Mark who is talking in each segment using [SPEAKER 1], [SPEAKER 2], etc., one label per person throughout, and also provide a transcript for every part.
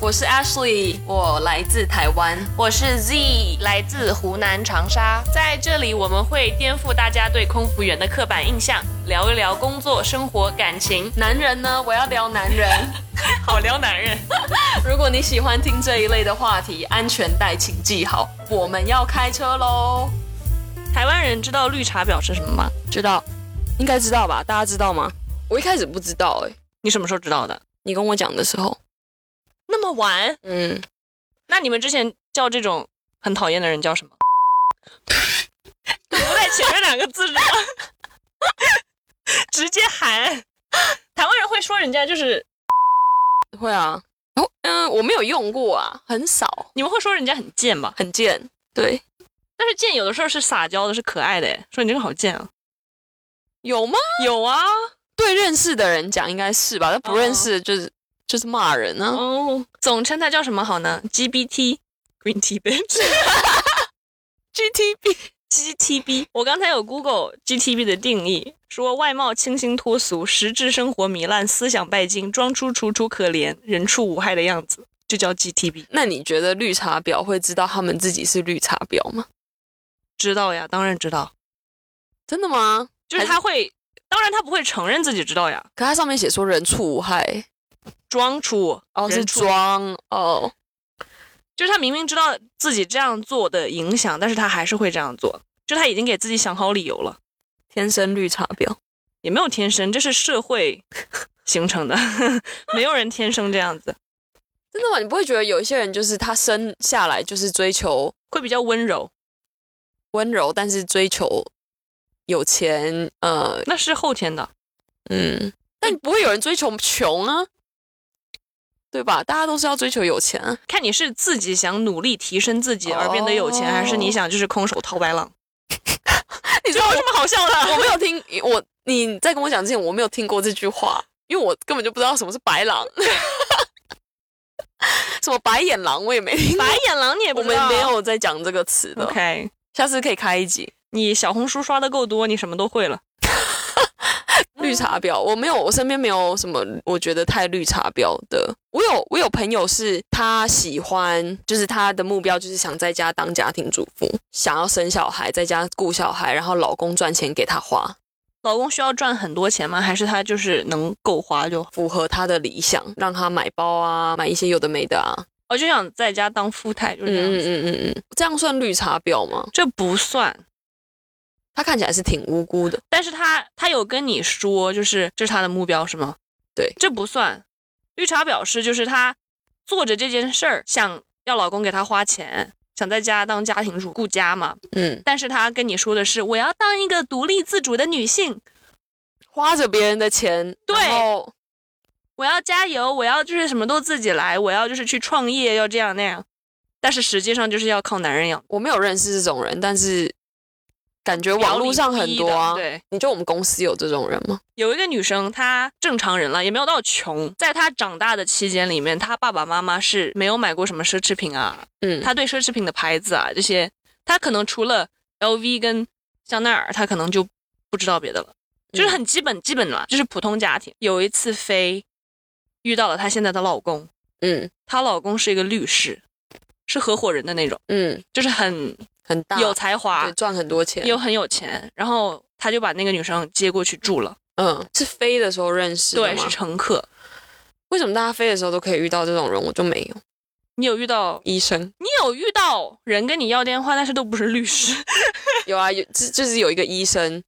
[SPEAKER 1] 我是 Ashley，我来自台湾。
[SPEAKER 2] 我是 Z，来自湖南长沙，在这里我们会颠覆大家对空服员的刻板印象，聊一聊工作、生活、感情，
[SPEAKER 1] 男人呢？我要聊男 人。
[SPEAKER 2] 好聊男人。
[SPEAKER 1] 如果你喜欢听这一类的话题，安全带请系好，我们要开车喽。
[SPEAKER 2] 台湾人知道绿茶婊是什么吗？
[SPEAKER 1] 知道，应该知道吧？大家知道吗？我一开始不知道哎、
[SPEAKER 2] 你什么时候知道的？
[SPEAKER 1] 你跟我讲的时候，
[SPEAKER 2] 那么晚？
[SPEAKER 1] 嗯，
[SPEAKER 2] 那你们之前叫这种很讨厌的人叫什么？ 读在前面两个字上，直接喊。台湾人会说人家就是，
[SPEAKER 1] 会啊。哦，嗯、我没有用过啊，很少，
[SPEAKER 2] 你们会说人家很贱吧？
[SPEAKER 1] 很贱。对，
[SPEAKER 2] 但是贱有的时候是撒娇的，是可爱的，哎，说你这个好贱啊。
[SPEAKER 1] 有吗？
[SPEAKER 2] 有啊，
[SPEAKER 1] 对认识的人讲应该是吧，但不认识的就是、就是骂人啊。
[SPEAKER 2] 哦，总称它叫什么好呢？GBT Green Tea Bitch
[SPEAKER 1] GTB
[SPEAKER 2] GTB。我刚才有 Google GTB 的定义，说外貌清新脱俗，实质生活糜烂，思想拜金，装出楚楚可怜、人畜无害的样子，就叫 GTB。
[SPEAKER 1] 那你觉得绿茶婊会知道他们自己是绿茶婊吗？
[SPEAKER 2] 知道呀，当然知道，
[SPEAKER 1] 真的吗？
[SPEAKER 2] 就是他会，当然他不会承认自己知道呀，
[SPEAKER 1] 可它上面写说人畜无害，
[SPEAKER 2] 装出
[SPEAKER 1] 哦，是
[SPEAKER 2] 人畜
[SPEAKER 1] 装哦，
[SPEAKER 2] 就是他明明知道自己这样做的影响，但是他还是会这样做，就他已经给自己想好理由了。
[SPEAKER 1] 天生绿茶婊。
[SPEAKER 2] 也没有天生，这是社会形成的， 没有人天生这样子，
[SPEAKER 1] 真的吗？你不会觉得有一些人就是他生下来就是追求
[SPEAKER 2] 会比较温柔，
[SPEAKER 1] 温柔，但是追求有钱，呃，
[SPEAKER 2] 那是后天的。
[SPEAKER 1] 嗯，但不会有人追求穷啊，对吧？大家都是要追求有钱啊。
[SPEAKER 2] 看你是自己想努力提升自己
[SPEAKER 1] 哦
[SPEAKER 2] 而变得有钱，还是你想就是空手套白狼？
[SPEAKER 1] 你知
[SPEAKER 2] 这
[SPEAKER 1] 道
[SPEAKER 2] 有
[SPEAKER 1] 我
[SPEAKER 2] 什么好笑的？
[SPEAKER 1] 我没有听我你在跟我讲之前，我没有听过这句话，因为我根本就不知道什么是白狼， 什么白眼狼我也没听过。
[SPEAKER 2] 白眼狼你也
[SPEAKER 1] 我
[SPEAKER 2] 不知
[SPEAKER 1] 们
[SPEAKER 2] 道
[SPEAKER 1] 没有在讲这个词的
[SPEAKER 2] OK，
[SPEAKER 1] 下次可以开一集
[SPEAKER 2] 你小红书刷的够多，你什么都会了。 嗯
[SPEAKER 1] 绿茶婊。我没有，我身边没有什么我觉得太绿茶婊的。我有，我有朋友是他喜欢，就是他的目标就是想在家当家庭主妇，想要生小孩，在家顾小孩，然后老公赚钱给他花，
[SPEAKER 2] 老公需要赚很多钱吗？还是他就是能够花就好？
[SPEAKER 1] 符合他的理想，让他买包啊，买一些有的没的啊。
[SPEAKER 2] 我哦就想在家当富态，就
[SPEAKER 1] 嗯
[SPEAKER 2] 是这样
[SPEAKER 1] 嗯
[SPEAKER 2] 子。
[SPEAKER 1] 嗯嗯嗯，这样算绿茶婊吗？
[SPEAKER 2] 这不算，
[SPEAKER 1] 他看起来是挺无辜的，
[SPEAKER 2] 但是他他有跟你说，就是这是他的目标是吗？
[SPEAKER 1] 对
[SPEAKER 2] 这不算。绿茶婊是就是他做着这件事儿，想要老公给他花钱，想在家当家庭主顾家嘛。
[SPEAKER 1] 嗯，
[SPEAKER 2] 但是他跟你说的是，我要当一个独立自主的女性，
[SPEAKER 1] 花着别人的钱，
[SPEAKER 2] 对
[SPEAKER 1] 然后
[SPEAKER 2] 我要加油，我要就是什么都自己来，我要就是去创业，要这样那样。但是实际上就是要靠男人养。
[SPEAKER 1] 我没有认识这种人，但是感觉网络上很多啊。
[SPEAKER 2] 表里不一的对，
[SPEAKER 1] 你觉得我们公司有这种人吗？
[SPEAKER 2] 有一个女生，她正常人了，也没有到穷。在她长大的期间里面，她爸爸妈妈是没有买过什么奢侈品啊，
[SPEAKER 1] 嗯，
[SPEAKER 2] 她对奢侈品的牌子啊这些，她可能除了 LV 跟香奈儿，她可能就不知道别的了，就
[SPEAKER 1] 嗯
[SPEAKER 2] 是很基本基本嘛，就是普通家庭。有一次飞遇到了她现在的老公，
[SPEAKER 1] 嗯
[SPEAKER 2] 她老公是一个律师，是合伙人的那种，
[SPEAKER 1] 嗯，
[SPEAKER 2] 就是很
[SPEAKER 1] 很大，
[SPEAKER 2] 有才华
[SPEAKER 1] 对，，赚很多钱。
[SPEAKER 2] 又很有钱，然后他就把那个女生接过去住了，
[SPEAKER 1] 嗯，是飞的时候认识的
[SPEAKER 2] 对，
[SPEAKER 1] 吗
[SPEAKER 2] 是？乘客。
[SPEAKER 1] 为什么大家飞的时候都可以遇到这种人，我就没有？
[SPEAKER 2] 你有遇到
[SPEAKER 1] 医生
[SPEAKER 2] 你有遇到人跟你要电话，但是都不是律师。
[SPEAKER 1] 有啊，有就就是有一个医生，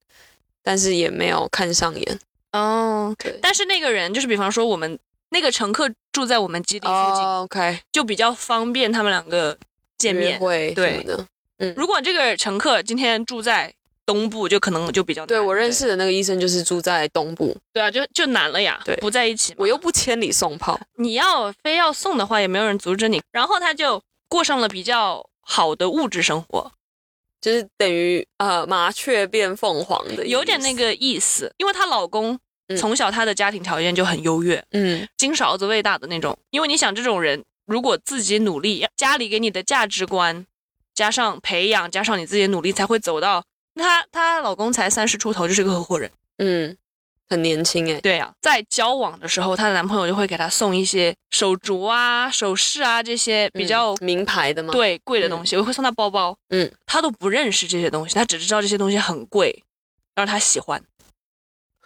[SPEAKER 1] 但是也没有看上眼。
[SPEAKER 2] 哦，
[SPEAKER 1] 对，
[SPEAKER 2] 但是那个人就是，比方说我们那个乘客住在我们基地附近，
[SPEAKER 1] 哦，OK，
[SPEAKER 2] 就比较方便他们两个见
[SPEAKER 1] 约
[SPEAKER 2] 面。
[SPEAKER 1] 会
[SPEAKER 2] 对
[SPEAKER 1] 什么的。
[SPEAKER 2] 如果这个乘客今天住在东部，就可能就比较难
[SPEAKER 1] 对我认识的那个医生就是住在东部，
[SPEAKER 2] 对对啊，就就难了呀，
[SPEAKER 1] 对
[SPEAKER 2] 不在一起嘛。
[SPEAKER 1] 我又不千里送炮，
[SPEAKER 2] 你要非要送的话，也没有人阻止你。然后他就过上了比较好的物质生活，
[SPEAKER 1] 就是等于呃麻雀变凤凰的意思，
[SPEAKER 2] 有点那个意思，因为她老公
[SPEAKER 1] 嗯
[SPEAKER 2] 从小她的家庭条件就很优越，
[SPEAKER 1] 嗯
[SPEAKER 2] 金勺子喂大的那种。因为你想，这种人如果自己努力，家里给你的价值观，加上培养，加上你自己的努力，才会走到。那她她老公才三十出头，就是个合伙人。
[SPEAKER 1] 嗯，很年轻哎、
[SPEAKER 2] 对呀、啊在交往的时候，她的男朋友就会给她送一些手镯啊、首饰啊这些比较、
[SPEAKER 1] 嗯名牌的嘛，，
[SPEAKER 2] 对贵的东西，我会送她包包。
[SPEAKER 1] 嗯，
[SPEAKER 2] 她都不认识这些东西，她只知道这些东西很贵，然后她喜欢，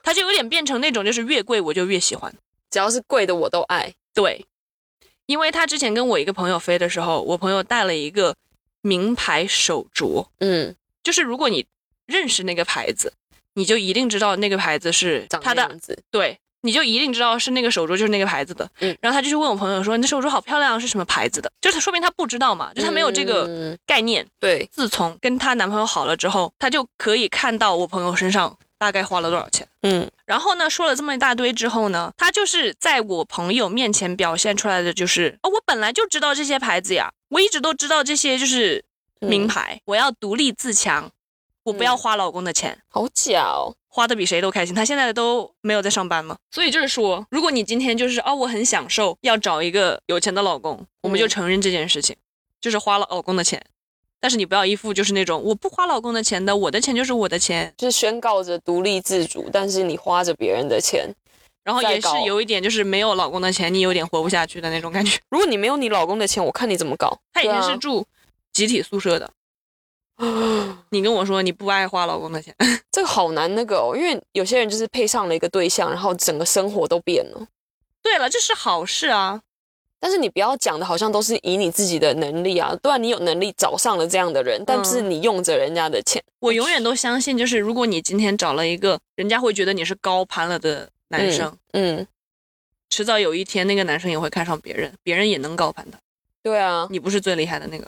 [SPEAKER 2] 她就有点变成那种就是越贵我就越喜欢。
[SPEAKER 1] 只要是贵的我都爱，
[SPEAKER 2] 对，因为她之前跟我一个朋友飞的时候，我朋友带了一个名牌手镯，
[SPEAKER 1] 嗯，
[SPEAKER 2] 就是如果你认识那个牌子，你就一定知道那个牌子是
[SPEAKER 1] 长
[SPEAKER 2] 它
[SPEAKER 1] 那
[SPEAKER 2] 的
[SPEAKER 1] 样子，
[SPEAKER 2] 对，你就一定知道是那个手镯就是那个牌子的。
[SPEAKER 1] 嗯
[SPEAKER 2] 然后他就去问我朋友说：“你的手镯好漂亮，是什么牌子的？”就是说明他不知道嘛，就他没有这个
[SPEAKER 1] 嗯、
[SPEAKER 2] 概念。
[SPEAKER 1] 对，
[SPEAKER 2] 自从跟她男朋友好了之后，她就可以看到我朋友身上大概花了多少钱。
[SPEAKER 1] 嗯
[SPEAKER 2] 然后呢，说了这么一大堆之后呢，她就是在我朋友面前表现出来的就是，哦，我本来就知道这些牌子呀，我一直都知道这些就是名
[SPEAKER 1] 嗯
[SPEAKER 2] 牌，我要独立自强，我不要
[SPEAKER 1] 嗯
[SPEAKER 2] 花老公的钱。
[SPEAKER 1] 好假哦，
[SPEAKER 2] 花的比谁都开心。他现在都没有在上班嘛，所以就是说，如果你今天就是哦，我很享受要找一个有钱的老公，我们就承认这件事情，就是花了老公的钱。但是你不要一副就是那种我不花老公的钱的，我的钱就是我的钱，
[SPEAKER 1] 就是宣告着独立自主，但是你花着别人的钱。
[SPEAKER 2] 然后
[SPEAKER 1] 再
[SPEAKER 2] 也是
[SPEAKER 1] 搞
[SPEAKER 2] 有一点就是没有老公的钱，你有点活不下去的那种感觉。
[SPEAKER 1] 如果你没有你老公的钱，我看你怎么搞。
[SPEAKER 2] 他以前
[SPEAKER 1] 对啊
[SPEAKER 2] 是住集体宿舍的，你跟我说你不爱花老公的钱，
[SPEAKER 1] 这个好难那个哦，因为有些人就是配上了一个对象，然后整个生活都变了。
[SPEAKER 2] 对了，这是好事啊，
[SPEAKER 1] 但是你不要讲的好像都是以你自己的能力啊，对啊，你有能力找上了这样的人，但是你用着人家的钱，
[SPEAKER 2] 嗯我永远都相信，就是如果你今天找了一个人家会觉得你是高攀了的男生，
[SPEAKER 1] 嗯，
[SPEAKER 2] 迟早有一天那个男生也会看上别人，别人也能高攀他，
[SPEAKER 1] 对啊，
[SPEAKER 2] 你不是最厉害的那个。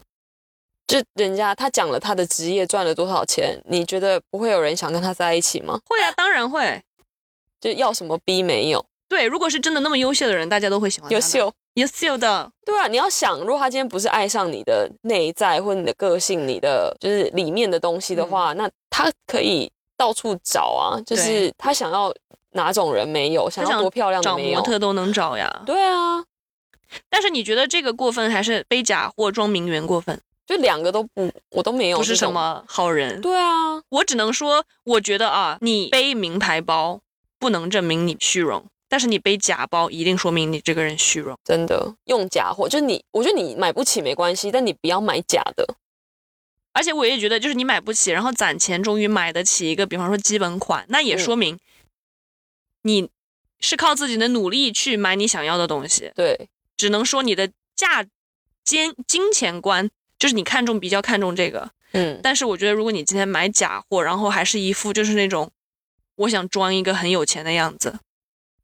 [SPEAKER 1] 就人家他讲了他的职业赚了多少钱，你觉得不会有人想跟他在一起吗？
[SPEAKER 2] 会啊，当然会。
[SPEAKER 1] 就要什么逼没有，
[SPEAKER 2] 对，如果是真的那么优秀的人，大家都会喜欢他的
[SPEAKER 1] 优，秀，
[SPEAKER 2] 优秀的。
[SPEAKER 1] 对啊，你要想，如果他今天不是爱上你的内在或你的个性、你的就是里面的东西
[SPEAKER 2] 嗯
[SPEAKER 1] 的话，那他可以到处找啊，就是他想要哪种人没有，想要
[SPEAKER 2] 想
[SPEAKER 1] 多漂亮的
[SPEAKER 2] 找
[SPEAKER 1] 没
[SPEAKER 2] 模
[SPEAKER 1] 有，
[SPEAKER 2] 特都能找呀。
[SPEAKER 1] 对啊，
[SPEAKER 2] 但是你觉得这个过分还是背假货装名媛过分？
[SPEAKER 1] 就两个都不，我都没有，
[SPEAKER 2] 不是什，么好人。
[SPEAKER 1] 对啊，
[SPEAKER 2] 我只能说，我觉得啊，你背名牌包不能证明你虚荣，但是你背假包一定说明你这个人虚荣。
[SPEAKER 1] 真的用假货，就是你，我觉得你买不起没关系，但你不要买假的，
[SPEAKER 2] 而且我也觉得，就是你买不起，然后攒钱终于买得起一个，比方说基本款，那也
[SPEAKER 1] 嗯
[SPEAKER 2] 说明你是靠自己的努力去买你想要的东西。
[SPEAKER 1] 对，
[SPEAKER 2] 只能说你的价金金钱观，就是你看重比较看重这个。
[SPEAKER 1] 嗯，
[SPEAKER 2] 但是我觉得，如果你今天买假货，然后还是一副就是那种我想装一个很有钱的样子，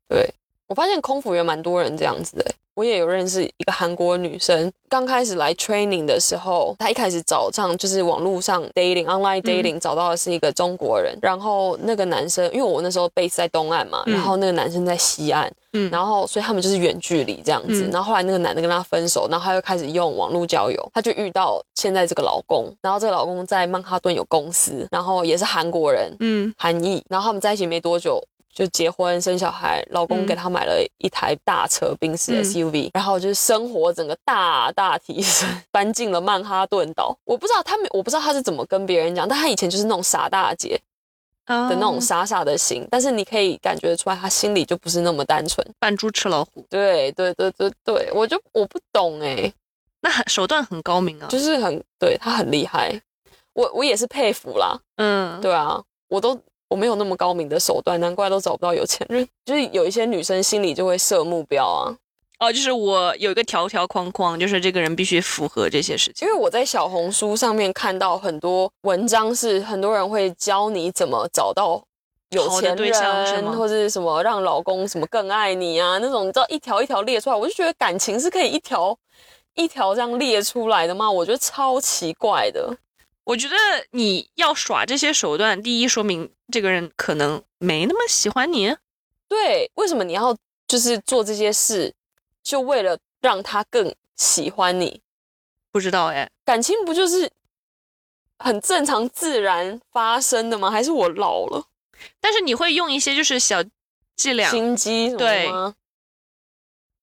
[SPEAKER 1] 对，我发现空服员蛮多人这样子的欸。我也有认识一个韩国女生，刚开始来 training 的时候，她一开始找上就是网络上 dating
[SPEAKER 2] 嗯
[SPEAKER 1] online dating、找到的是一个中国人，然后那个男生，因为我那时候 base 在东岸嘛，
[SPEAKER 2] 嗯
[SPEAKER 1] 然后那个男生在西岸，
[SPEAKER 2] 嗯
[SPEAKER 1] 然后所以他们就是远距离这样子。
[SPEAKER 2] 嗯
[SPEAKER 1] 然后后来那个男的跟她分手，然后她又开始用网络交友，她就遇到现在这个老公，然后这个老公在曼哈顿有公司，然后也是韩国人，
[SPEAKER 2] 嗯
[SPEAKER 1] 韩裔，然后他们在一起没多久就结婚生小孩，老公
[SPEAKER 2] 嗯
[SPEAKER 1] 给她买了一台大车宾士
[SPEAKER 2] 嗯
[SPEAKER 1] SUV，、然后就是生活整个大大提升，搬进了曼哈顿岛。我不知道他们，我不知道他是怎么跟别人讲，但他以前就是那种傻大姐
[SPEAKER 2] 的
[SPEAKER 1] 的那种傻傻的心，但是你可以感觉得出来，他心里就不是那么单纯。
[SPEAKER 2] 扮猪吃老虎，
[SPEAKER 1] 对对对对对，我就我不懂哎、
[SPEAKER 2] 那很手段很高明啊。
[SPEAKER 1] 就是很对他很厉害，我我也是佩服啦。
[SPEAKER 2] 嗯，
[SPEAKER 1] 对啊，我都我没有那么高明的手段，难怪都找不到有钱人。 就是有一些女生心里就会设目标啊，
[SPEAKER 2] 哦，就是我有一个条条框框，就是这个人必须符合这些事情
[SPEAKER 1] 因。为我在小红书上面看到很多文章，是很多人会教你怎么找到。有
[SPEAKER 2] 好的
[SPEAKER 1] 钱
[SPEAKER 2] 对象是
[SPEAKER 1] 人
[SPEAKER 2] 吗
[SPEAKER 1] 或者是什么让老公什么更爱你啊那种，你知道一条一条列出来，我就觉得感情是可以一条一条这样列出来的吗？我觉得超奇怪的。
[SPEAKER 2] 我觉得你要耍这些手段，第一说明这个人可能没那么喜欢你，
[SPEAKER 1] 对，为什么你要就是做这些事，就为了让他更喜欢你？
[SPEAKER 2] 不知道哎。
[SPEAKER 1] 感情不就是很正常自然发生的吗？还是我老了
[SPEAKER 2] 但是你会用一些就是小伎俩，
[SPEAKER 1] 心机什么的吗？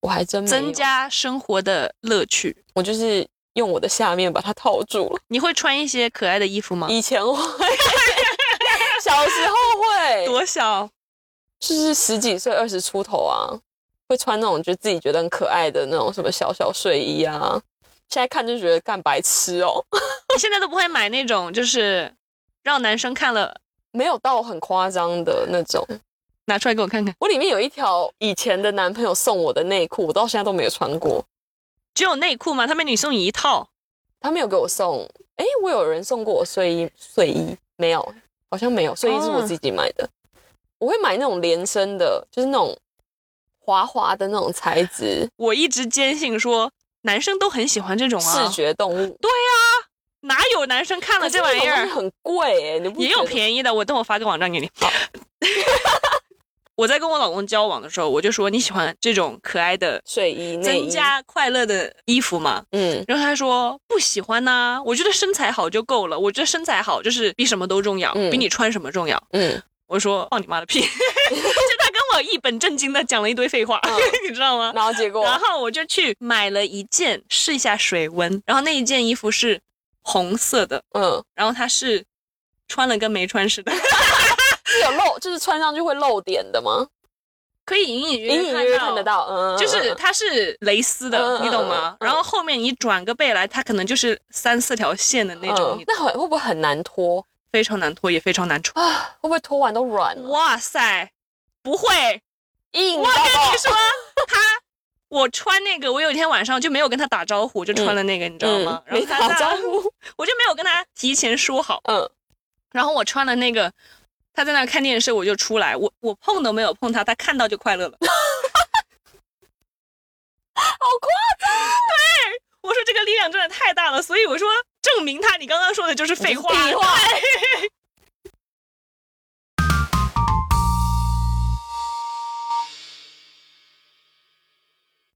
[SPEAKER 1] 我还真没有
[SPEAKER 2] 增，加生活的乐趣。
[SPEAKER 1] 我就是用我的下面把它套住了。
[SPEAKER 2] 你会穿一些可爱的衣服吗？
[SPEAKER 1] 以前我会， 小时候会，
[SPEAKER 2] 多小？
[SPEAKER 1] 就是十几岁、二十出头啊，会穿那种就自己觉得很可爱的那种什么小小睡衣啊。现在看就觉得干白痴哦，
[SPEAKER 2] 你现在都不会买那种就是让男生看了
[SPEAKER 1] 没有到很夸张的那种。
[SPEAKER 2] 拿出来给我看看，
[SPEAKER 1] 我里面有一条以前的男朋友送我的内裤，我到现在都没有穿过。
[SPEAKER 2] 只有内裤吗？他每女送你一套，
[SPEAKER 1] 他没有给我送，诶，我有人送过我睡衣，睡衣没有，好像没有，睡衣是
[SPEAKER 2] 哦
[SPEAKER 1] 我自己买的。我会买那种连身的，就是那种滑滑的那种材质，
[SPEAKER 2] 我一直坚信说男生都很喜欢这种啊，
[SPEAKER 1] 视觉动物。
[SPEAKER 2] 哪有男生看了这
[SPEAKER 1] 可是那
[SPEAKER 2] 玩意
[SPEAKER 1] 种东
[SPEAKER 2] 儿
[SPEAKER 1] 西很贵哎、你不
[SPEAKER 2] 也有
[SPEAKER 1] 宜
[SPEAKER 2] 便宜的，我等我发个网站给你
[SPEAKER 1] 好。
[SPEAKER 2] 我在跟我老公交往的时候，我就说你喜欢这种可爱的、
[SPEAKER 1] 睡衣内衣
[SPEAKER 2] 增加快乐的衣服吗？
[SPEAKER 1] 嗯
[SPEAKER 2] 然后他说不喜欢呐、我觉得身材好就够了，我觉得身材好就是比什么都重要，
[SPEAKER 1] 嗯
[SPEAKER 2] 比你穿什么重要。
[SPEAKER 1] 嗯，
[SPEAKER 2] 我说哦放你妈的屁！就 他跟我一本正经的讲了一堆废话，
[SPEAKER 1] 嗯
[SPEAKER 2] 你知道吗？
[SPEAKER 1] 然后结果
[SPEAKER 2] 然后我就去买了一件试一下水温，然后那一件衣服是红色的，
[SPEAKER 1] 嗯
[SPEAKER 2] 然后它是穿了跟没穿似的，
[SPEAKER 1] 是有露，就是穿上去会露点的吗？
[SPEAKER 2] 可以隐隐约
[SPEAKER 1] 隐隐约约
[SPEAKER 2] 约
[SPEAKER 1] 看得
[SPEAKER 2] 到。
[SPEAKER 1] 到，嗯，
[SPEAKER 2] 就是它是蕾丝
[SPEAKER 1] 嗯
[SPEAKER 2] 的，
[SPEAKER 1] 嗯
[SPEAKER 2] 你懂吗？
[SPEAKER 1] 嗯嗯
[SPEAKER 2] 然后后面你转个背来，它可能就是三四条线的那种，
[SPEAKER 1] 嗯
[SPEAKER 2] 你
[SPEAKER 1] 那会会不会很难脱
[SPEAKER 2] 非常难脱，也非常难穿。
[SPEAKER 1] 啊？会不会脱完都软了？
[SPEAKER 2] 哇塞，不会，
[SPEAKER 1] 硬
[SPEAKER 2] 我
[SPEAKER 1] 到爆嗯
[SPEAKER 2] 跟你说，他我穿那个，我有一天晚上就没有跟他打招呼，就穿了那个，你知道吗？然
[SPEAKER 1] 没
[SPEAKER 2] 后他
[SPEAKER 1] 打招
[SPEAKER 2] 在
[SPEAKER 1] 呼，
[SPEAKER 2] 我就没有跟他提前说好，
[SPEAKER 1] 嗯，
[SPEAKER 2] 然后我穿了那个，他在那看电视，我就出来，我我碰都没有碰他，他看到就快乐了。
[SPEAKER 1] 好快，
[SPEAKER 2] 啊 我说这个力量真的太大了，所以我说证明他，你刚刚说的就是废话。
[SPEAKER 1] 废话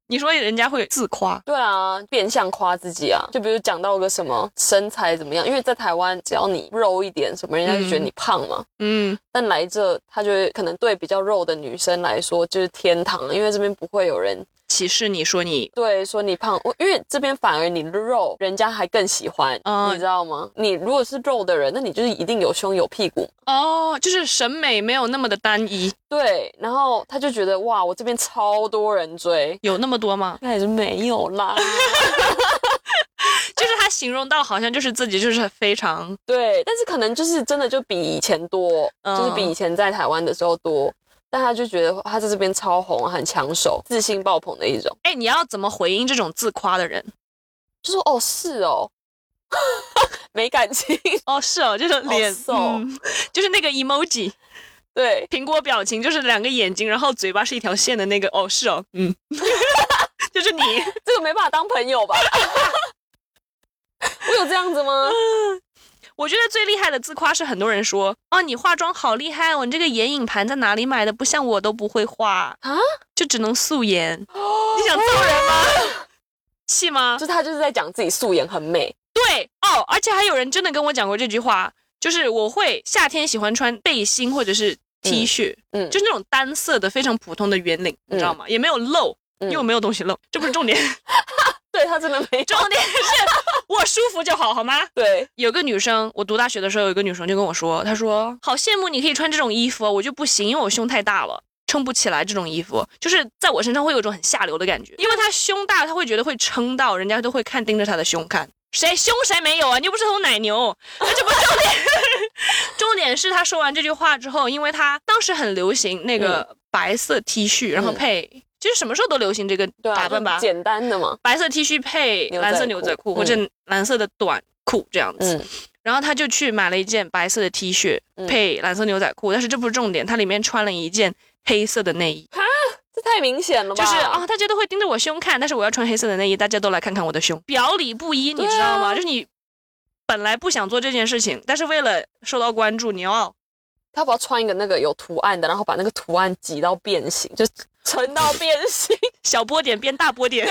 [SPEAKER 2] 你说人家会自夸，
[SPEAKER 1] 对啊，变相夸自己啊，就比如讲到个什么身材怎么样，因为在台湾只要你肉一点什么，人家就觉得你胖嘛。
[SPEAKER 2] 嗯，
[SPEAKER 1] 但来这，他就会可能对比较肉的女生来说就是天堂，因为这边不会有人
[SPEAKER 2] 歧视你说你
[SPEAKER 1] 对，说你胖，我因为这边反而你肉，人家还更喜欢，
[SPEAKER 2] 嗯
[SPEAKER 1] 你知道吗？你如果是肉的人，那你就是一定有胸有屁股。
[SPEAKER 2] 哦，就是审美没有那么的单一，
[SPEAKER 1] 对，然后他就觉得哇，我这边超多人追，
[SPEAKER 2] 有那么多吗？
[SPEAKER 1] 那也是没有啦。
[SPEAKER 2] 就是他形容到好像就是自己就是非常
[SPEAKER 1] 对，但是可能就是真的就比以前多，
[SPEAKER 2] 嗯
[SPEAKER 1] 就是比以前在台湾的时候多。但他就觉得他在这边超红，很抢手，自信爆棚的一种，
[SPEAKER 2] 哎，你要怎么回应这种自夸的人？
[SPEAKER 1] 就说哦是哦， 没感情，
[SPEAKER 2] 哦，是哦，就是脸，
[SPEAKER 1] 瘦
[SPEAKER 2] 嗯 就是那个 emoji
[SPEAKER 1] 对，
[SPEAKER 2] 苹果表情，就是两个眼睛，然后嘴巴是一条线的那个。哦，是哦，嗯， 就是你。
[SPEAKER 1] 这个没办法当朋友吧？ 我有这样子吗？
[SPEAKER 2] 我觉得最厉害的自夸是很多人说，哦，你化妆好厉害哦，你这个眼影盘在哪里买的？不像我都不会画
[SPEAKER 1] 啊，哦
[SPEAKER 2] 就只能素颜。
[SPEAKER 1] 你
[SPEAKER 2] 你想揍人吗？
[SPEAKER 1] 哦
[SPEAKER 2] 气吗？
[SPEAKER 1] 就他就是在讲自己素颜很美，
[SPEAKER 2] 对哦，而且还有人真的跟我讲过这句话，就是我会夏天喜欢穿背心或者是 T 恤，
[SPEAKER 1] 嗯
[SPEAKER 2] 就是那种单色的非常普通的圆领，你知道吗？也没有露，
[SPEAKER 1] 嗯
[SPEAKER 2] 因为我没有东西露，这不是重点，
[SPEAKER 1] 对他真的没
[SPEAKER 2] 重点是我舒服就好，好吗？
[SPEAKER 1] 对，
[SPEAKER 2] 有个女生，我读大学的时候，有一个女生就跟我说，她说好羡慕你可以穿这种衣服，我就不行，因为我胸太大了。撑不起来这种衣服，就是在我身上会有一种很下流的感觉，因为她胸大，她会觉得会撑到，人家都会看盯着她的胸看，谁胸谁没有啊？你又不是头奶牛， 那这不是重点。重点是她说完这句话之后，因为她当时很流行
[SPEAKER 1] 嗯
[SPEAKER 2] 那个白色 T 恤，然后配，其实什么时候都流行这个
[SPEAKER 1] 对啊，
[SPEAKER 2] 打扮吧，
[SPEAKER 1] 就简单的嘛，
[SPEAKER 2] 白色 T 恤配
[SPEAKER 1] 牛仔
[SPEAKER 2] 蓝色牛仔
[SPEAKER 1] 裤
[SPEAKER 2] 裤或者蓝色的短裤这样子。
[SPEAKER 1] 嗯
[SPEAKER 2] 然后他就去买了一件白色的 T 恤
[SPEAKER 1] 嗯
[SPEAKER 2] 配蓝色牛仔裤，但是这不是重点，他里面穿了一件黑色的内衣，
[SPEAKER 1] 这太明显了吧？
[SPEAKER 2] 就是啊、，大家都会盯着我胸看，但是我要穿黑色的内衣，大家都来看看我的胸，表里不一，你
[SPEAKER 1] 对啊
[SPEAKER 2] 知道吗？就是你本来不想做这件事情，但是为了受到关注，你要
[SPEAKER 1] 他不要穿一个那个有图案的，然后把那个图案挤到变形， 就撑到变形，
[SPEAKER 2] 小波点变大波点，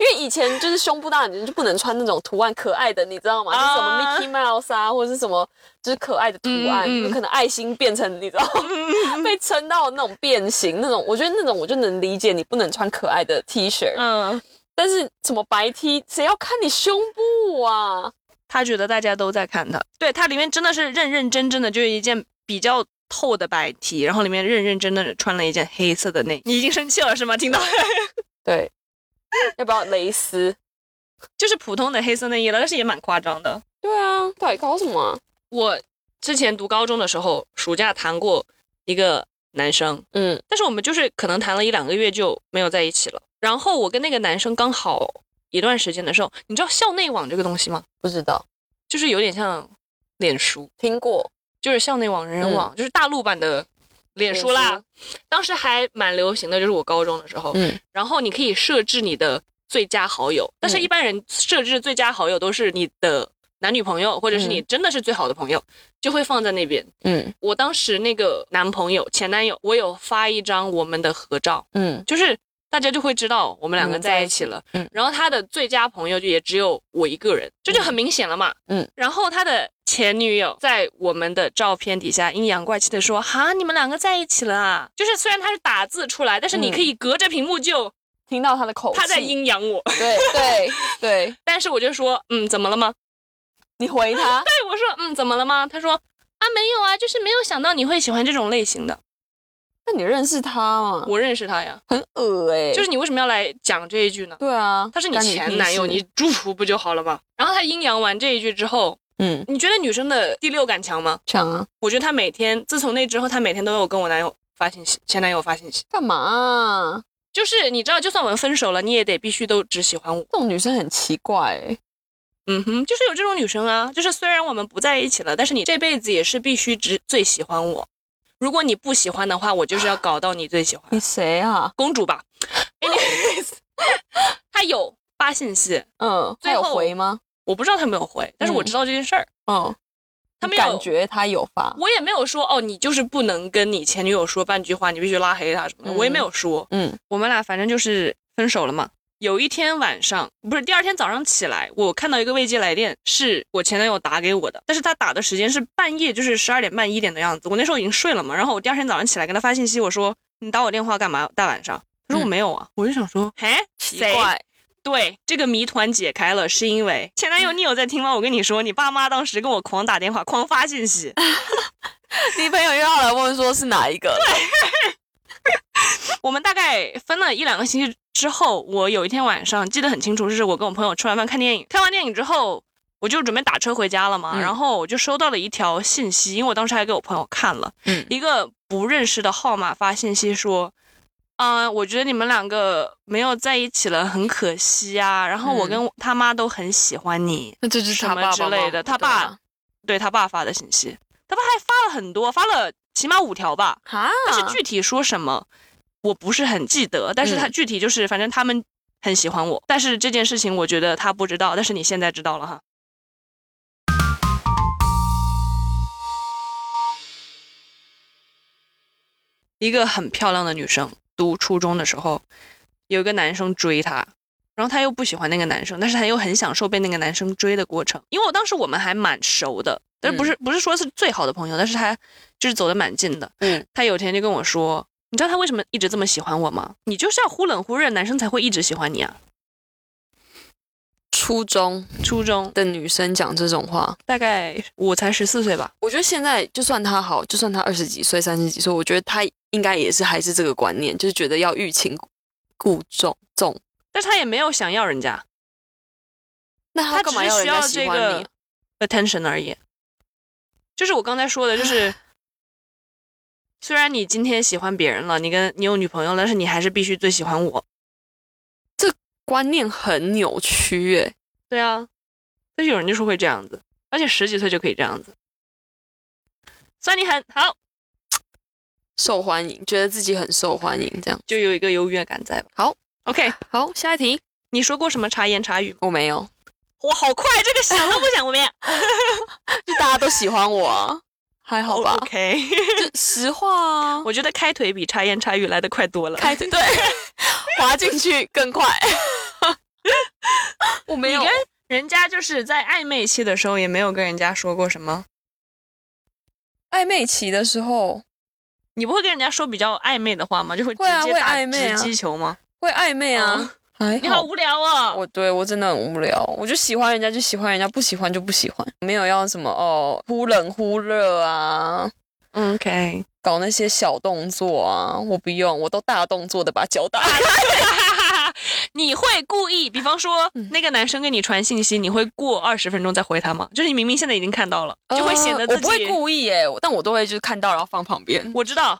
[SPEAKER 1] 因为以前就是胸部大的人就不能穿那种图案可爱的，你知道吗？就是什
[SPEAKER 2] 啊
[SPEAKER 1] 么 Mickey Mouse 啊，或者是什么就是可爱的图案，
[SPEAKER 2] 嗯嗯嗯
[SPEAKER 1] 有可能爱心变成你知道吗 被撑到那种变形那种，我觉得那种我就能理解你不能穿可爱的 T 恤，
[SPEAKER 2] 嗯，
[SPEAKER 1] 但是什么白 T 谁要看你胸部啊？
[SPEAKER 2] 他觉得大家都在看他，对他里面真的是认认真真的，就是一件比较透的白 T，然后里面认认真真的穿了一件黑色的内衣。你已经生气了是 吗？听到
[SPEAKER 1] 对，要不要蕾丝？
[SPEAKER 2] 就是普通的黑色内衣了，但是也蛮夸张的。
[SPEAKER 1] 对啊，到底搞什么、啊？
[SPEAKER 2] 我之前读高中的时候，暑假谈过一个男生，
[SPEAKER 1] 嗯
[SPEAKER 2] 但是我们就是可能谈了一两个月就没有在一起了。然后我跟那个男生刚好一段时间的时候，你知道校内网这个东西吗？
[SPEAKER 1] 不知道，
[SPEAKER 2] 就是有点像脸书，
[SPEAKER 1] 听过。
[SPEAKER 2] 就是校内网、人人网，就是大陆版的脸书
[SPEAKER 1] 嗯
[SPEAKER 2] 啦
[SPEAKER 1] 脸。
[SPEAKER 2] 当时还蛮流行的，就是我高中的时候。
[SPEAKER 1] 嗯
[SPEAKER 2] 然后你可以设置你的最佳好友，但是一般人设置最佳好友都是你的男女朋友，或者是你真的是最好的朋友，就会放在那边。
[SPEAKER 1] 嗯
[SPEAKER 2] 我当时那个男朋友、前男友，我有发一张我们的合照，
[SPEAKER 1] 嗯，
[SPEAKER 2] 就是大家就会知道我们两个
[SPEAKER 1] 你们
[SPEAKER 2] 在
[SPEAKER 1] 在
[SPEAKER 2] 一
[SPEAKER 1] 一
[SPEAKER 2] 起
[SPEAKER 1] 起
[SPEAKER 2] 了。
[SPEAKER 1] 嗯
[SPEAKER 2] 然后他的最佳朋友就也只有我一个人，这就很明显了嘛。
[SPEAKER 1] 嗯。
[SPEAKER 2] 然后他的前女友在我们的照片底下阴阳怪气的说：“哈，你们两个在一起了啊！”就是虽然他是打字出来，但是你
[SPEAKER 1] 嗯
[SPEAKER 2] 可以隔着屏幕就
[SPEAKER 1] 听到他的口气，
[SPEAKER 2] 他在阴阳 我。
[SPEAKER 1] 对对对，
[SPEAKER 2] 但是我就说：“嗯，怎么了吗？”
[SPEAKER 1] 你回他，
[SPEAKER 2] 对，我说：“嗯，怎么了吗？”他说：“啊，没有啊，就是没有想到你会喜欢这种类型的。
[SPEAKER 1] 那你认识他吗？
[SPEAKER 2] 我认识他呀，
[SPEAKER 1] 很恶哎、
[SPEAKER 2] 就是你为什么要来讲这一句呢？
[SPEAKER 1] 对啊，
[SPEAKER 2] 他是你
[SPEAKER 1] 干
[SPEAKER 2] 前男友，
[SPEAKER 1] 屁
[SPEAKER 2] 你
[SPEAKER 1] 事
[SPEAKER 2] 祝福不就好了吗？然后他阴阳完这一句之后，
[SPEAKER 1] 嗯
[SPEAKER 2] 你觉得女生的第六感强吗？
[SPEAKER 1] 抢啊，
[SPEAKER 2] 我觉得她每天，自从那之后，她每天都有跟我男友发信息，前男友发信息。
[SPEAKER 1] 干嘛啊、
[SPEAKER 2] 就是你知道，就算我们分手了，你也得必须都只喜欢我。
[SPEAKER 1] 这种女生很奇怪哎、
[SPEAKER 2] 嗯哼，就是有这种女生啊，就是虽然我们不在一起了，但是你这辈子也是必须只最喜欢我。如果你不喜欢的话，我就是要搞到你最喜欢
[SPEAKER 1] 你谁啊？
[SPEAKER 2] 公主吧。Anyways，他有发信息，
[SPEAKER 1] 嗯，他
[SPEAKER 2] 最后
[SPEAKER 1] 有回吗？
[SPEAKER 2] 我不知道他有没有回，但是我
[SPEAKER 1] 嗯
[SPEAKER 2] 知道这件事儿。
[SPEAKER 1] 嗯，
[SPEAKER 2] 他没有
[SPEAKER 1] 感觉他有发，
[SPEAKER 2] 我也没有说哦，你就是不能跟你前女友说半句话，你必须拉黑她什么的，
[SPEAKER 1] 嗯
[SPEAKER 2] 我也没有说。
[SPEAKER 1] 嗯
[SPEAKER 2] 我们俩反正就是分手了嘛。有一天晚上，不是第二天早上起来，我看到一个未接来电，是我前男友打给我的，但是他打的时间是半夜，就是十二点半一点的样子。我那时候已经睡了嘛，然后我第二天早上起来跟他发信息，我说嗯你打我电话干嘛？大晚上。他说
[SPEAKER 1] 嗯
[SPEAKER 2] 我没有啊，我就想说，哎，
[SPEAKER 1] 奇
[SPEAKER 2] 谁
[SPEAKER 1] 怪，
[SPEAKER 2] 对，这个谜团解开了，是因为前男友，你有在听吗？我跟你说，你爸妈当时跟我狂打电话，狂发信息，
[SPEAKER 1] 你朋友又要来问说是哪一个了？
[SPEAKER 2] 我们大概分了一两个星期之后，我有一天晚上记得很清楚，是我跟我朋友吃完饭看电影，看完电影之后，我就准备打车回家了嘛，
[SPEAKER 1] 嗯
[SPEAKER 2] 然后我就收到了一条信息，因为我当时还给我朋友看了，
[SPEAKER 1] 嗯
[SPEAKER 2] 一个不认识的号码发信息说。嗯、我觉得你们两个没有在一起了，很可惜啊。然后
[SPEAKER 1] 嗯
[SPEAKER 2] 我跟他妈都很喜欢你，
[SPEAKER 1] 那这就是
[SPEAKER 2] 什
[SPEAKER 1] 他
[SPEAKER 2] 么
[SPEAKER 1] 爸
[SPEAKER 2] 之
[SPEAKER 1] 爸
[SPEAKER 2] 类
[SPEAKER 1] 吗
[SPEAKER 2] 的，他
[SPEAKER 1] 对
[SPEAKER 2] 爸
[SPEAKER 1] 啊
[SPEAKER 2] 对他爸发的信息，他爸还发了很多，发了起码五条吧，
[SPEAKER 1] 哈，
[SPEAKER 2] 但是具体说什么我不是很记得，但是他
[SPEAKER 1] 嗯
[SPEAKER 2] 具体就是反正他们很喜欢我，但是这件事情我觉得他不知道，但是你现在知道了哈。一个很漂亮的女生，读初中的时候，有一个男生追她，然后她又不喜欢那个男生，但是她又很享受被那个男生追的过程。因为我当时我们还蛮熟的，但是不是、
[SPEAKER 1] 嗯
[SPEAKER 2] 不是说是最好的朋友，但是还就是走得蛮近的。
[SPEAKER 1] 嗯，
[SPEAKER 2] 她有一天就跟我说：“你知道他为什么一直这么喜欢我吗？你就是要忽冷忽热，男生才会一直喜欢你啊。
[SPEAKER 1] 初中”
[SPEAKER 2] 初中
[SPEAKER 1] 的女生讲这种话，
[SPEAKER 2] 大概我才十四岁吧，
[SPEAKER 1] 我觉得现在就算他好，就算他二十几岁、三十几岁，我觉得他应该也是还是这个观念，就是觉得要欲擒故纵。纵，
[SPEAKER 2] 但是他也没有想要人家，
[SPEAKER 1] 那
[SPEAKER 2] 他
[SPEAKER 1] 他
[SPEAKER 2] 只
[SPEAKER 1] 啊干嘛
[SPEAKER 2] 是
[SPEAKER 1] 人
[SPEAKER 2] 需
[SPEAKER 1] 家
[SPEAKER 2] 要
[SPEAKER 1] 喜
[SPEAKER 2] 这
[SPEAKER 1] 欢你啊
[SPEAKER 2] 个
[SPEAKER 1] 啊？
[SPEAKER 2] attention 而已。就是我刚才说的，就是 虽然你今天喜欢别人了，你跟你有女朋友了，但是你还是必须最喜欢我。
[SPEAKER 1] 观念很扭曲耶、
[SPEAKER 2] 对啊，但是有人就是会这样子，而且十几岁就可以这样子。虽然你很好，
[SPEAKER 1] 受欢迎，觉得自己很受欢迎，这样
[SPEAKER 2] 就有一个优越感在吧。
[SPEAKER 1] 好
[SPEAKER 2] ，OK，
[SPEAKER 1] 好。下一题，
[SPEAKER 2] 你说过什么茶言茶语吗？
[SPEAKER 1] 我没有，
[SPEAKER 2] 我好快，这个想都不想过面。
[SPEAKER 1] 就大家都喜欢我、啊，还 好吧
[SPEAKER 2] o？k
[SPEAKER 1] 就实话啊，
[SPEAKER 2] 我觉得开 腿比茶言茶语来的快多了。
[SPEAKER 1] 开对，滑进去更快。 我没
[SPEAKER 2] 你
[SPEAKER 1] 有
[SPEAKER 2] 跟人家就是在暧昧期的时候也没有跟人家说过什么，
[SPEAKER 1] 暧昧期的时候
[SPEAKER 2] 你不会跟人家说比较暧昧的话吗？就会直
[SPEAKER 1] 会啊
[SPEAKER 2] 接
[SPEAKER 1] 会
[SPEAKER 2] 打
[SPEAKER 1] 暧昧啊
[SPEAKER 2] 直击球吗？
[SPEAKER 1] 会暧昧啊，还
[SPEAKER 2] 你好无聊哦。
[SPEAKER 1] 我对我真的很无聊，我就喜欢人家就喜欢人家，不喜欢就不喜欢，没有要什么哦忽冷忽热啊，
[SPEAKER 2] 嗯 OK，
[SPEAKER 1] 搞那些小动作啊，我不用，我都大动作的把脚打 开。
[SPEAKER 2] 你会故意，比方说那个男生给你传信息，你会过二十分钟再回他吗？就是你明明现在已经看到了，就会显得
[SPEAKER 1] 呃
[SPEAKER 2] 自
[SPEAKER 1] 我不会
[SPEAKER 2] 己。
[SPEAKER 1] 故意耶，但我都会就是看到然后放旁边。
[SPEAKER 2] 我知道，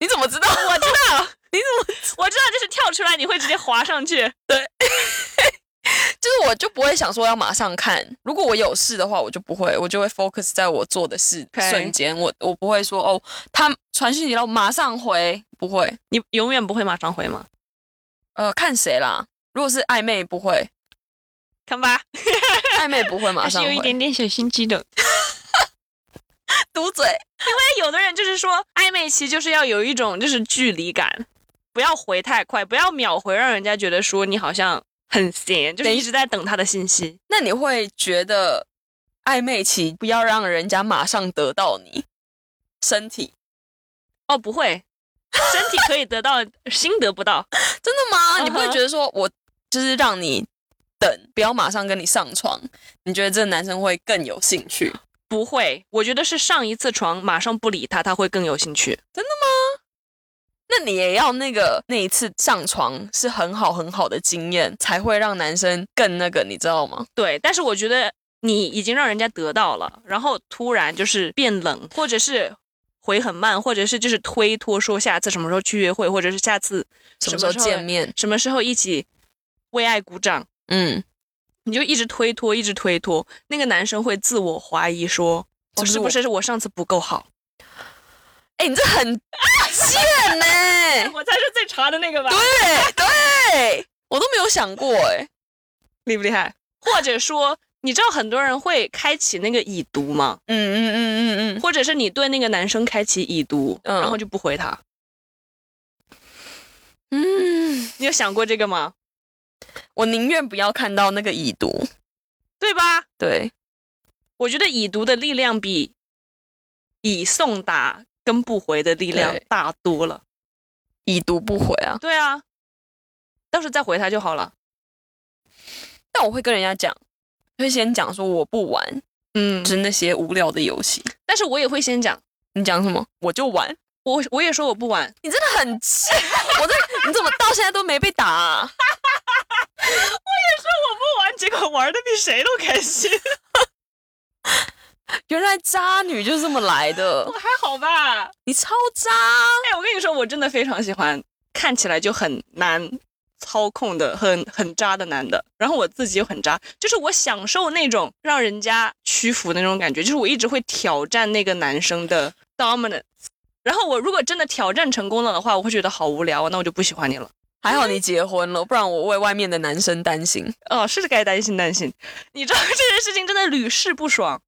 [SPEAKER 1] 你怎么知道？我知道，你怎么
[SPEAKER 2] 我知道，就是跳出来你会直接滑上去。
[SPEAKER 1] 就是我就不会想说要马上看，如果我有事的话，我就不会，我就会 focus 在我做的事
[SPEAKER 2] OK
[SPEAKER 1] 瞬间，我我不会说哦，他传讯息了，我马上回，不会。
[SPEAKER 2] 你永远不会马上回吗？
[SPEAKER 1] 呃，看谁啦？如果是暧昧不会，
[SPEAKER 2] 看吧，
[SPEAKER 1] 暧昧不会马
[SPEAKER 2] 还是
[SPEAKER 1] 上
[SPEAKER 2] 有一
[SPEAKER 1] 回。
[SPEAKER 2] 点点小心机的。
[SPEAKER 1] 嘟嘴，
[SPEAKER 2] 但有的人就是说，暧昧期就是要有一种就是距离感，不要回太快，不要秒回，让人家觉得说你好像很闲，就是
[SPEAKER 1] 等于
[SPEAKER 2] 一直在等他的信息。
[SPEAKER 1] 那你会觉得暧昧期不要让人家马上得到你身体，
[SPEAKER 2] 哦，不会，身体可以得到，心得不到。
[SPEAKER 1] 真的吗？
[SPEAKER 2] 嗯哼
[SPEAKER 1] 你不会觉得说我就是让你等，不要马上跟你上床，你觉得这个男生会更有兴趣？
[SPEAKER 2] 不会，我觉得是上一次床马上不理他，他会更有兴趣。
[SPEAKER 1] 那你也要那个那一次上床是很好很好的经验，才会让男生更那个，你知道吗？
[SPEAKER 2] 对，但是我觉得你已经让人家得到了，然后突然就是变冷，或者是回很慢，或者是就是推脱说下次什么时候去约会，或者是下次
[SPEAKER 1] 什么时候见，面？
[SPEAKER 2] 什么时候一起为爱鼓掌，
[SPEAKER 1] 嗯，
[SPEAKER 2] 你就一直推脱，一直推脱，那个男生会自我怀疑说，
[SPEAKER 1] 这
[SPEAKER 2] 哦、
[SPEAKER 1] 是
[SPEAKER 2] 是
[SPEAKER 1] 我
[SPEAKER 2] 不是我上次不够好？
[SPEAKER 1] 哎、你这很贱呢、
[SPEAKER 2] 哎我才是最差的那个吧
[SPEAKER 1] 对对，我都没有想过哎、
[SPEAKER 2] 厉不厉害？或者说，你知道很多人会开启那个已读吗？
[SPEAKER 1] 嗯嗯嗯嗯嗯，
[SPEAKER 2] 或者是你对那个男生开启已读，
[SPEAKER 1] 嗯
[SPEAKER 2] 然后就不回他，
[SPEAKER 1] 嗯，
[SPEAKER 2] 你有想过这个吗？
[SPEAKER 1] 我宁愿不要看到那个已读。
[SPEAKER 2] 对吧？
[SPEAKER 1] 对，
[SPEAKER 2] 我觉得已读的力量比已送达跟不回的力量
[SPEAKER 1] 对
[SPEAKER 2] 大多了。
[SPEAKER 1] 已读不回啊，
[SPEAKER 2] 对啊，到时候再回他就好了。
[SPEAKER 1] 但我会跟人家讲，会先讲说我不玩，
[SPEAKER 2] 嗯
[SPEAKER 1] 就是那些无聊的游戏。
[SPEAKER 2] 但是我也会先讲，
[SPEAKER 1] 你讲什么？我就玩。
[SPEAKER 2] 我我也说我不玩，
[SPEAKER 1] 你真的很气！ 我这你怎么到现在都没被打、啊？
[SPEAKER 2] 我不玩，结果玩的比谁都开心。
[SPEAKER 1] 原来渣女就是这么来的，
[SPEAKER 2] 还好吧？
[SPEAKER 1] 你超渣！
[SPEAKER 2] 哎，我跟你说，我真的非常喜欢看起来就很难操控的、很很渣的男的。然后我自己又很渣，就是我享受那种让人家屈服的那种感觉，就是我一直会挑战那个男生的 dominance。然后我如果真的挑战成功了的话，我会觉得好无聊啊，那我就不喜欢你了。
[SPEAKER 1] 还好你结婚了，不然我为外面的男生担心。
[SPEAKER 2] 哦，是该担心担心。你知道 这件事情真的屡试不爽，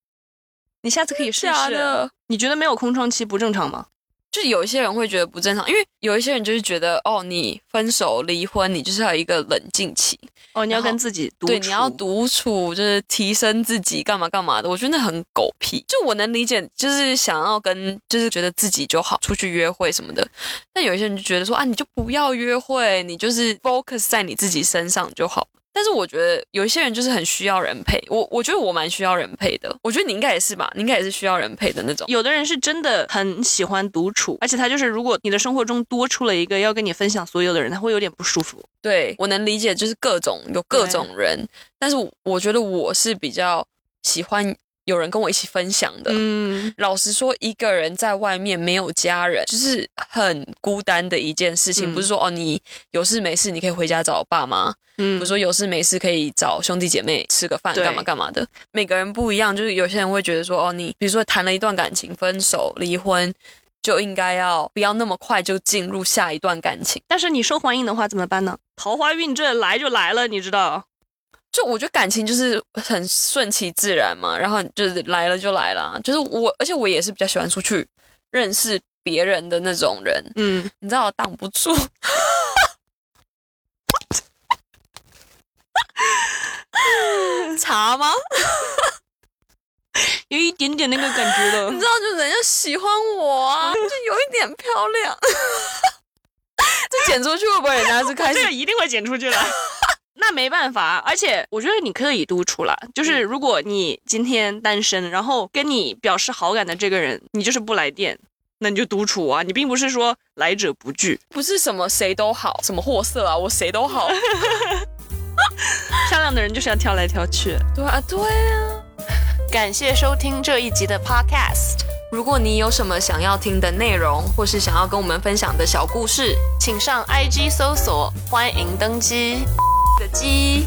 [SPEAKER 2] 你下次可以试
[SPEAKER 1] 假
[SPEAKER 2] 试。
[SPEAKER 1] 的，
[SPEAKER 2] 你觉得没有空窗期不正常吗？
[SPEAKER 1] 就有一些人会觉得不正常，因为有一些人就是觉得，哦，你分手离婚，你就是要有一个冷静期，
[SPEAKER 2] 哦，你要
[SPEAKER 1] 然后
[SPEAKER 2] 跟自己独
[SPEAKER 1] 对，你要
[SPEAKER 2] 处
[SPEAKER 1] 独处，就是提升自己，干嘛干嘛的。我觉得那很狗屁，就我能理解，就是想要跟，就是觉得自己就好，出去约会什么的。但有一些人就觉得说啊，你就不要约会，你就是 focus 在你自己身上就好。但是我觉得有一些人就是很需要人陪，我我觉得我蛮需要人陪的，我觉得你应该也是吧，你应该也是需要人陪的那种。
[SPEAKER 2] 有的人是真的很喜欢独处，而且他就是，如果你的生活中多出了一个要跟你分享所有的人，他会有点不舒服。
[SPEAKER 1] 对我能理解，就是各种有各种人，但是我我觉得我是比较喜欢有人跟我一起分享的。
[SPEAKER 2] 嗯，
[SPEAKER 1] 老实说，一个人在外面没有家人，就是很孤单的一件事情。
[SPEAKER 2] 嗯
[SPEAKER 1] 不是说哦，你有事没事你可以回家找爸妈，
[SPEAKER 2] 嗯
[SPEAKER 1] 不是说有事没事可以找兄弟姐妹吃个饭，
[SPEAKER 2] 对
[SPEAKER 1] 干嘛干嘛的。每个人不一样，就是有些人会觉得说哦，你比如说谈了一段感情，分手、离婚，就应该要不要那么快就进入下一段感情。
[SPEAKER 2] 但是你受欢迎的话怎么办呢？桃花运这来就来了，你知道？
[SPEAKER 1] 就我觉得感情就是很顺其自然嘛，然后就是来了就来了，就是我，而且我也是比较喜欢出去认识别人的那种人。
[SPEAKER 2] 嗯，
[SPEAKER 1] 你知道我挡不 住，茶吗？
[SPEAKER 2] 嗯 有一点点那个感觉
[SPEAKER 1] 你
[SPEAKER 2] 了
[SPEAKER 1] 知。道，就人家喜欢我啊，就有一点漂亮。 这剪出去会不会人家是开
[SPEAKER 2] 哦这
[SPEAKER 1] 始
[SPEAKER 2] 个一定会剪出去了。 那没办法，而且我觉得你可以独处了。就是如果你今天单身，然后跟你表示好感的这个人，你就是不来电，那你就独处啊。你并不是说来者不拒，
[SPEAKER 1] 不是什么谁都好，什么货色啊，我谁都好。
[SPEAKER 2] 漂亮的人就是要挑来挑去。
[SPEAKER 1] 对啊，对啊。
[SPEAKER 2] 感谢收听这一集的 Podcast，
[SPEAKER 1] 如果你有什么想要听的内容，或是想要跟我们分享的小故事
[SPEAKER 2] 请上 IG 搜索“欢迎登机
[SPEAKER 1] 的鸡，”，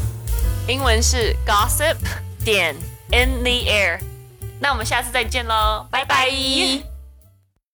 [SPEAKER 2] 英文是 Gossip 点 In the Air。那我们下次再见喽，拜拜。
[SPEAKER 1] 拜。